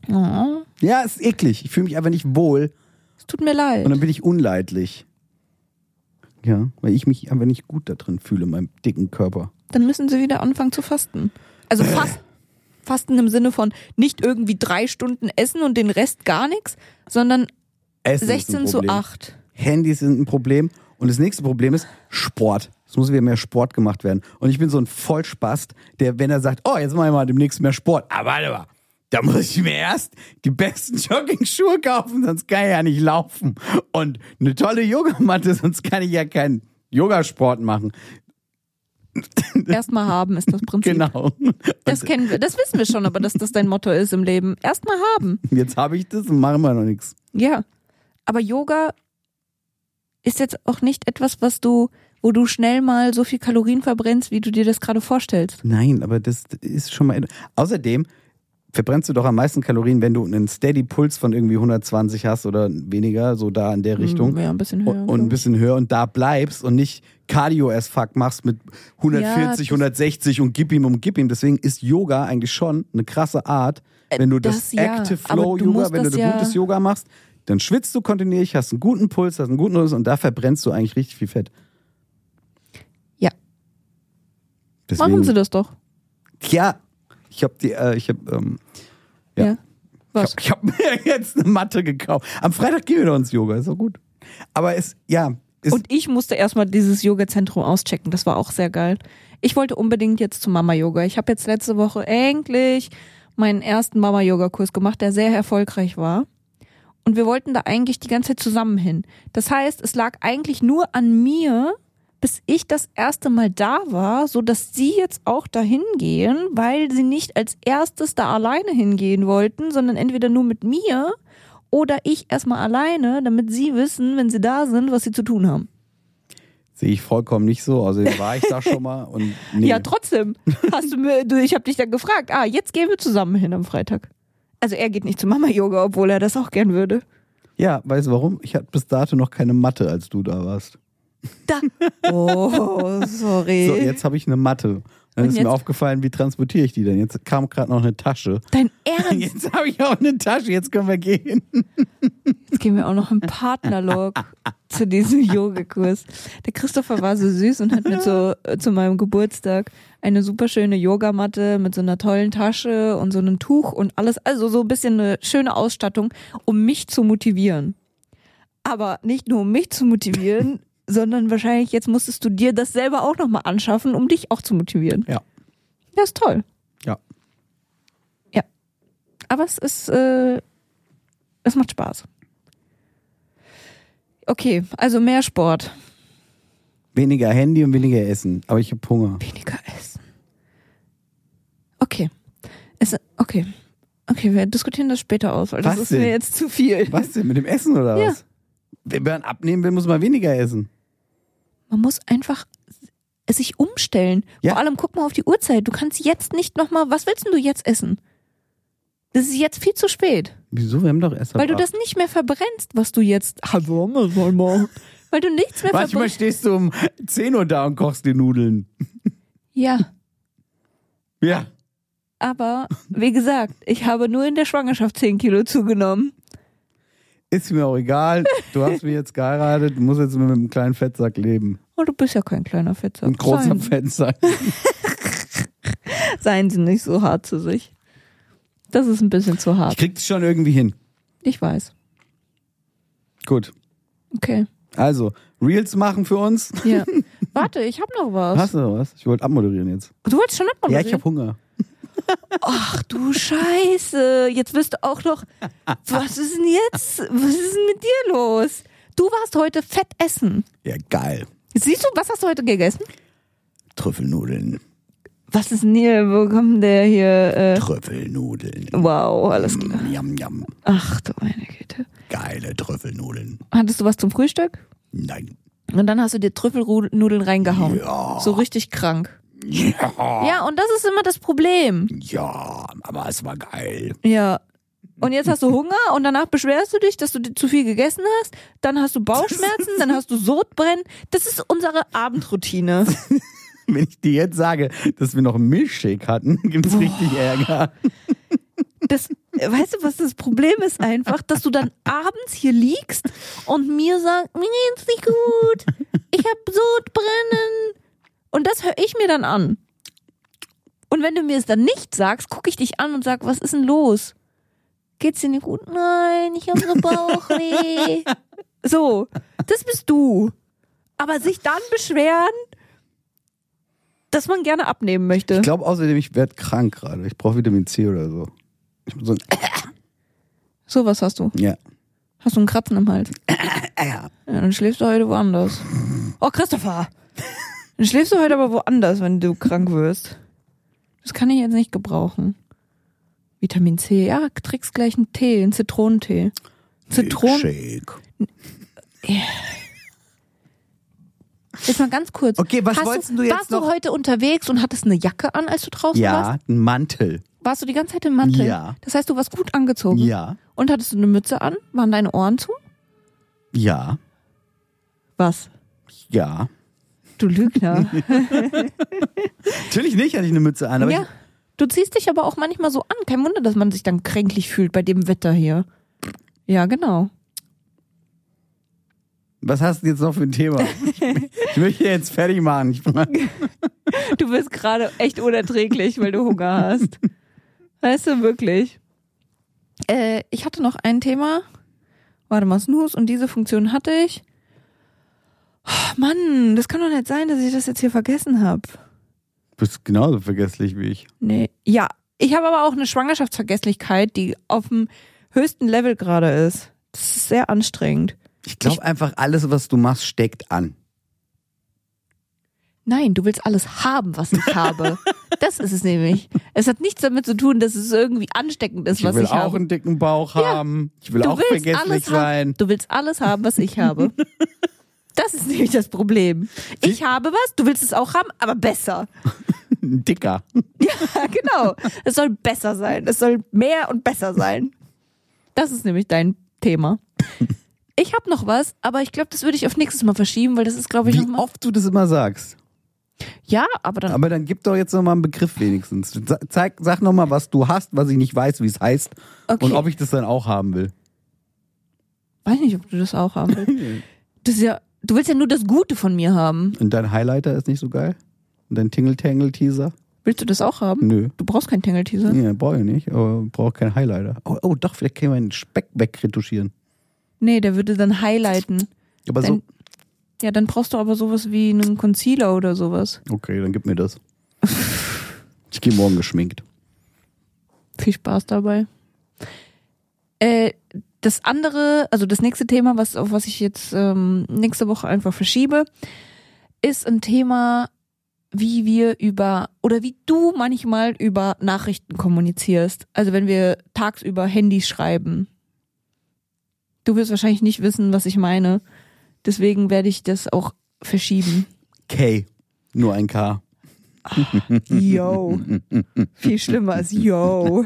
S3: Oh,
S1: ja, ist eklig. Ich fühle mich einfach nicht wohl
S3: es tut mir leid.
S1: und dann bin ich unleidlich. Ja, weil ich mich einfach nicht gut da drin fühle, in meinem dicken Körper.
S3: Dann müssen sie wieder anfangen zu fasten. Also
S1: Äh.
S3: fast, fasten im Sinne von nicht irgendwie drei Stunden essen und den Rest gar nichts, sondern
S1: Essen ist ein
S3: 16 zu
S1: Problem.
S3: 8.
S1: Handys sind ein Problem. Und das nächste Problem ist Sport. Es muss wieder mehr Sport gemacht werden. Und ich bin so ein Vollspast, der, wenn er sagt, oh, jetzt mache ich mal demnächst mehr Sport. Aber warte mal, da muss ich mir erst die besten Jogging-Schuhe kaufen, sonst kann ich ja nicht laufen. Und eine tolle Yogamatte, sonst kann ich ja keinen Yogasport machen.
S3: Erstmal haben ist das Prinzip.
S1: Genau.
S3: Das kennen wir, das wissen wir schon, aber dass das dein Motto ist im Leben. Erstmal haben.
S1: Jetzt habe ich das und mache immer noch nichts.
S3: Ja. Aber Yoga ist jetzt auch nicht etwas, was du, wo du schnell mal so viel Kalorien verbrennst, wie du dir das gerade vorstellst.
S1: Nein, aber das ist schon mal. Außerdem verbrennst du doch am meisten Kalorien, wenn du einen Steady-Puls von irgendwie 120 hast oder weniger, so da in der Richtung.
S3: Mhm, Hm, Ja, ein bisschen höher.
S1: und, und ein bisschen höher und da bleibst und nicht Cardio as fuck machst mit 140,
S3: Ja, das-
S1: 160 und gib ihm und gib ihm. Deswegen ist Yoga eigentlich schon eine krasse Art, wenn du das,
S3: Äh, das ja,
S1: Active
S3: aber
S1: Flow
S3: du
S1: Yoga,
S3: musst
S1: wenn du
S3: das ja-
S1: gutes Yoga machst, dann schwitzt du kontinuierlich, hast einen guten Puls, hast einen guten Puls und da verbrennst du eigentlich richtig viel Fett.
S3: Ja.
S1: Deswegen,
S3: Machen Sie das doch.
S1: Ja, ich habe die, äh, ich habe, ähm, Ja.
S3: Was?
S1: Ich habe hab mir jetzt eine Matte gekauft. Am Freitag gehen wir doch ins Yoga, ist doch gut. Aber es, ja, ist
S3: Und ich musste erstmal dieses Yoga-Zentrum auschecken. Das war auch sehr geil. Ich wollte unbedingt jetzt zu Mama-Yoga. Ich habe jetzt letzte Woche endlich meinen ersten Mama-Yoga-Kurs gemacht, der sehr erfolgreich war. Und wir wollten da eigentlich die ganze Zeit zusammen hin. Das heißt, es lag eigentlich nur an mir, bis ich das erste Mal da war, so dass sie jetzt auch dahin gehen, weil sie nicht als erstes da alleine hingehen wollten, sondern entweder nur mit mir oder ich erstmal alleine, damit sie wissen, wenn sie da sind, was sie zu tun haben.
S1: Sehe ich vollkommen nicht so. Also war ich da schon mal und nee.
S3: Ja, trotzdem. Hast du mir, du, ich habe dich dann gefragt, ah, jetzt gehen wir zusammen hin am Freitag. Also er geht nicht zu Mama Yoga, obwohl er das auch gern würde.
S1: ja, weißt du warum? Ich hatte bis dato noch keine Matte, als du da warst.
S3: Da. Oh, sorry.
S1: So, jetzt habe ich eine Matte. Dann
S3: Und
S1: ist
S3: jetzt-
S1: mir aufgefallen, wie transportiere ich die denn? Jetzt kam gerade noch eine Tasche.
S3: Dein Ernst?
S1: Jetzt habe ich auch eine Tasche, jetzt können wir gehen.
S3: gehen wir auch noch im Partnerlog zu diesem Yogakurs. Der Christopher war so süß und hat mir zu, äh, zu meinem Geburtstag eine super schöne Yogamatte mit so einer tollen Tasche und so einem Tuch und alles, also so ein bisschen eine schöne Ausstattung, um mich zu motivieren. Aber nicht nur um mich zu motivieren, sondern wahrscheinlich jetzt musstest du dir das selber auch nochmal anschaffen, um dich auch zu motivieren.
S1: Ja.
S3: Das ist toll.
S1: Ja.
S3: Ja. Aber es ist, äh, es macht Spaß. Okay, also mehr Sport.
S1: Weniger Handy und weniger Essen. Aber ich habe Hunger.
S3: Weniger essen. Okay. Es, okay. Okay, wir diskutieren das später aus, weil das
S1: Was
S3: ist
S1: denn?
S3: mir jetzt zu viel.
S1: Was denn? Mit dem Essen oder
S3: Ja.
S1: was? Wenn man abnehmen will, muss man weniger essen.
S3: Man muss einfach es sich umstellen.
S1: Ja.
S3: Vor allem guck mal auf die Uhrzeit. Du kannst jetzt nicht nochmal, was willst denn du jetzt essen? Das ist jetzt viel zu spät.
S1: Wieso? Wir haben doch erst
S3: Weil du
S1: ab-
S3: das nicht mehr verbrennst, was du jetzt. Hallo, Weil du nichts mehr
S1: Manchmal
S3: verbrennst.
S1: stehst du um 10 Uhr da und kochst die Nudeln.
S3: Ja,
S1: Ja.
S3: aber wie gesagt, ich habe nur in der Schwangerschaft 10 Kilo zugenommen.
S1: Ist mir auch egal. Du hast mich jetzt geheiratet, du musst jetzt mit einem kleinen Fettsack leben.
S3: Und du bist ja kein kleiner Fetzer.
S1: Ein großer
S3: Seien-
S1: Fettsack.
S3: Seien Sie nicht so hart zu sich. Das ist ein bisschen zu
S1: Ich
S3: hart.
S1: krieg's schon irgendwie hin.
S3: Ich weiß.
S1: Gut.
S3: Okay.
S1: Also, Reels machen für uns.
S3: Ja. Warte, ich habe noch was.
S1: Hast du noch was? Ich wollte abmoderieren jetzt.
S3: Du wolltest schon abmoderieren.
S1: Ja, ich habe Hunger.
S3: Ach du Scheiße. Jetzt wirst du auch noch. Was ist denn jetzt? Was ist denn mit dir los? Du warst heute fett essen.
S1: Ja, geil.
S3: Siehst du, was hast du heute gegessen?
S1: Trüffelnudeln.
S3: Was ist denn hier? Wo kommt der hier? Äh,
S1: Trüffelnudeln.
S3: wow, alles klar.
S1: Yam, yam.
S3: Ach du meine Güte.
S1: Geile Trüffelnudeln.
S3: Hattest du was zum Frühstück?
S1: Nein.
S3: Und dann hast du dir Trüffelnudeln reingehauen. So richtig krank.
S1: Ja.
S3: Ja, und das ist immer das Problem.
S1: Ja, aber es war geil.
S3: Ja. Und jetzt hast du Hunger und danach beschwerst du dich, dass du zu viel gegessen hast. Dann hast du Bauchschmerzen, dann hast du Sodbrennen. Das ist unsere Abendroutine.
S1: Wenn ich dir jetzt sage, dass wir noch einen Milchshake hatten, gibt's richtig Ärger.
S3: Das, weißt du, was das Problem ist einfach, dass du dann abends hier liegst und mir sagst, mir geht's nicht gut, ich hab Sodbrennen. Und das höre ich mir dann an. Und wenn du mir es dann nicht sagst, gucke ich dich an und sag, was ist denn los? Geht's dir nicht gut? Nein, ich habe so Bauchweh. So, das bist du. Aber sich dann beschweren, dass man gerne abnehmen möchte.
S1: Ich glaube außerdem, ich werd krank gerade. Ich brauche Vitamin C oder so. Ich bin so ein
S3: So was hast du.
S1: ja.
S3: Hast du einen Kratzen im Hals?
S1: Äh,
S3: Ja, dann schläfst du heute woanders. Oh, Christopher! Dann schläfst du heute aber woanders, wenn du krank wirst. Das kann ich jetzt nicht gebrauchen. Vitamin C, ja, trinkst gleich einen Tee, einen Zitronentee. Zitronen.
S1: Milkshake.
S3: Jetzt mal ganz kurz.
S1: Okay, was
S3: Hast
S1: wolltest du jetzt
S3: Warst
S1: noch?
S3: du heute unterwegs und hattest eine Jacke an, als du draußen warst?
S1: Ja, ein Mantel.
S3: Warst du die ganze Zeit im Mantel?
S1: Ja.
S3: Das heißt, du warst gut angezogen.
S1: Ja.
S3: Und hattest du eine Mütze an? Waren deine Ohren zu?
S1: Ja.
S3: Was?
S1: Ja.
S3: Du Lügner.
S1: Natürlich nicht hatte ich eine Mütze an, aber
S3: ja. Du ziehst dich aber auch manchmal so an. Kein Wunder, dass man sich dann kränklich fühlt bei dem Wetter hier. Ja, genau.
S1: ich, was hast du jetzt noch für ein Thema? ich, ich möchte jetzt fertig machen. Ich,
S3: Du bist gerade echt unerträglich, weil du Hunger hast. Weißt du, wirklich. Äh, ich hatte noch ein Thema. Warte mal, Snooze und diese Funktion hatte ich. Oh, Mann, das kann doch nicht sein, dass ich das jetzt hier vergessen habe.
S1: du bist genauso vergesslich wie ich.
S3: Nee. Ja, ich habe aber auch eine Schwangerschaftsvergesslichkeit, die auf dem höchsten Level gerade ist. Das ist sehr anstrengend.
S1: Ich glaube einfach, alles, was du machst, steckt an.
S3: Nein, du willst alles haben, was ich habe. Das ist es nämlich. Es hat nichts damit zu tun, dass es irgendwie ansteckend ist,
S1: Ich
S3: was
S1: will
S3: ich
S1: auch
S3: habe.
S1: einen dicken Bauch haben. Ich will
S3: Du
S1: auch
S3: willst
S1: vergesslich
S3: alles haben.
S1: sein.
S3: Du willst alles haben, was ich habe. Das ist nämlich das Problem. Ich habe was, du willst es auch haben, aber besser.
S1: Ein Dicker.
S3: Ja, genau. Es soll besser sein. Es soll mehr und besser sein. Das ist nämlich dein Thema. Ich habe noch was, aber ich glaube, das würde ich auf nächstes Mal verschieben, weil das ist, glaube ich,
S1: Wie
S3: nochmal.
S1: oft du das immer sagst.
S3: Ja, aber dann
S1: Aber dann gib doch jetzt nochmal einen Begriff wenigstens. Sa- Zeig, sag nochmal, was du hast, was ich nicht weiß, wie es heißt.
S3: Okay.
S1: Und ob ich das dann auch haben will.
S3: Weiß nicht, ob du das auch haben willst. Das ist ja, du willst ja nur das Gute von mir haben.
S1: Und dein Highlighter ist nicht so geil? Und dein Tingle-Tangle-Teaser?
S3: Willst du das auch haben?
S1: Nö.
S3: Du brauchst keinen Tangle-Teaser.
S1: Ja, brauche ich nicht, aber brauche keinen Highlighter. Oh, oh, doch, vielleicht kann man den Speck wegretuschieren.
S3: Nee, der würde dann highlighten.
S1: Aber so,
S3: Dann- Ja, dann brauchst du aber sowas wie einen Concealer oder sowas.
S1: okay, dann gib mir das. Ich gehe morgen geschminkt.
S3: Viel Spaß dabei. Äh, das andere, also das nächste Thema, was, auf was ich jetzt ähm, nächste Woche einfach verschiebe, ist ein Thema, wie wir über oder wie du manchmal über Nachrichten kommunizierst. Also wenn wir tagsüber Handys schreiben. Du wirst wahrscheinlich nicht wissen, was ich meine. Deswegen werde ich das auch verschieben.
S1: K. Nur ein K.
S3: Yo. Viel schlimmer als yo.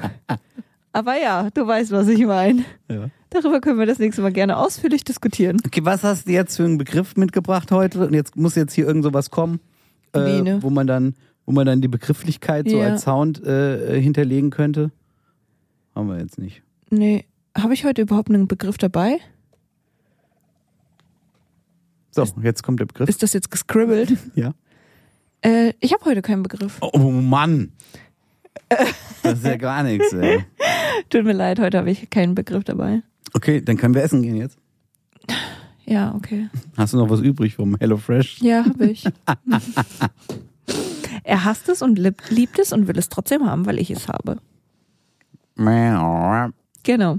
S3: Aber ja, du weißt, was ich meine.
S1: Ja.
S3: Darüber können wir das nächste Mal gerne ausführlich diskutieren.
S1: Okay, was hast du jetzt für einen Begriff mitgebracht heute? Und jetzt muss jetzt hier irgend sowas kommen,
S3: Wie,
S1: äh,
S3: ne?
S1: wo man dann, wo man dann die Begrifflichkeit so
S3: Ja.
S1: als Sound äh, hinterlegen könnte. Haben wir jetzt nicht.
S3: Nee, habe ich heute überhaupt einen Begriff dabei?
S1: So, jetzt kommt der Begriff.
S3: Ist das jetzt gescribbelt?
S1: Ja.
S3: äh, ich habe heute keinen Begriff.
S1: Oh Mann! Das ist ja gar nichts, ey.
S3: Tut mir leid, heute habe ich keinen Begriff dabei.
S1: Okay, dann können wir essen gehen jetzt.
S3: Ja, okay.
S1: Hast du noch was übrig vom Hello Fresh?
S3: Ja, habe ich. er hasst es und lieb- liebt es und will es trotzdem haben, weil ich es habe.
S1: Okay.
S3: Genau.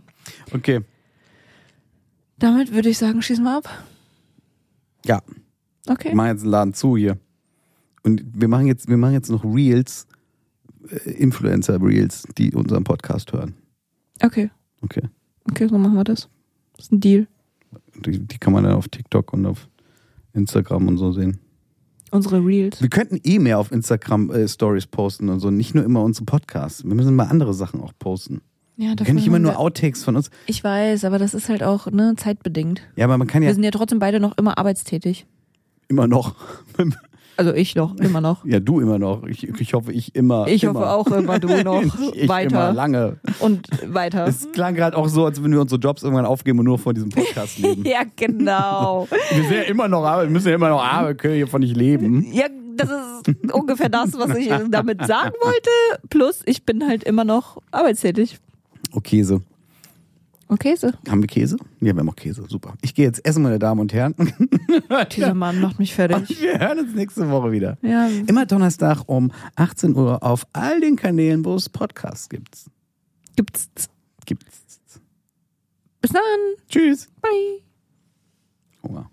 S3: Damit würde ich sagen, schießen wir ab.
S1: Ja, wir
S3: Okay.
S1: machen jetzt den Laden zu hier. Und wir machen jetzt, wir machen jetzt noch Reels, äh, Influencer-Reels, die unseren Podcast hören.
S3: Okay.
S1: Okay.
S3: Okay, so machen wir das. Das ist ein Deal.
S1: Die, die kann man dann auf TikTok und auf Instagram und so sehen.
S3: Unsere Reels.
S1: Wir könnten eh mehr auf Instagram äh, Stories posten und so, nicht nur immer unsere Podcasts. Wir müssen mal andere Sachen auch posten.
S3: Ja,
S1: Wir können nicht immer nur Outtakes von uns.
S3: Ich weiß, aber das ist halt auch ne, zeitbedingt.
S1: Ja, aber man kann ja
S3: Wir sind ja trotzdem beide noch immer arbeitstätig.
S1: immer noch.
S3: Also ich noch, immer noch.
S1: ja, du immer noch. Ich, ich hoffe, ich immer.
S3: Ich
S1: immer.
S3: hoffe auch immer du noch
S1: Ich immer
S3: weiter
S1: lange.
S3: und weiter.
S1: Es klang gerade auch so, als würden wir unsere Jobs irgendwann aufgeben und nur von diesem Podcast leben.
S3: ja, genau.
S1: Wir sind ja immer noch arbeiten, wir müssen ja immer noch arbeiten, können hiervon nicht leben.
S3: Ja, das ist ungefähr das, was ich damit sagen wollte. Plus, ich bin halt immer noch arbeitstätig.
S1: Oh, Käse.
S3: Okay, so.
S1: Haben wir Käse? Ja, wir haben auch Käse. Super. Ich gehe jetzt essen, meine Damen und Herren.
S3: Dieser Mann macht mich fertig.
S1: Wir hören uns nächste Woche wieder.
S3: Ja.
S1: Immer Donnerstag um 18 Uhr auf all den Kanälen, wo es Podcasts gibt.
S3: Gibt's.
S1: Gibt's.
S3: Bis dann.
S1: Tschüss.
S3: Bye.
S1: Hunger.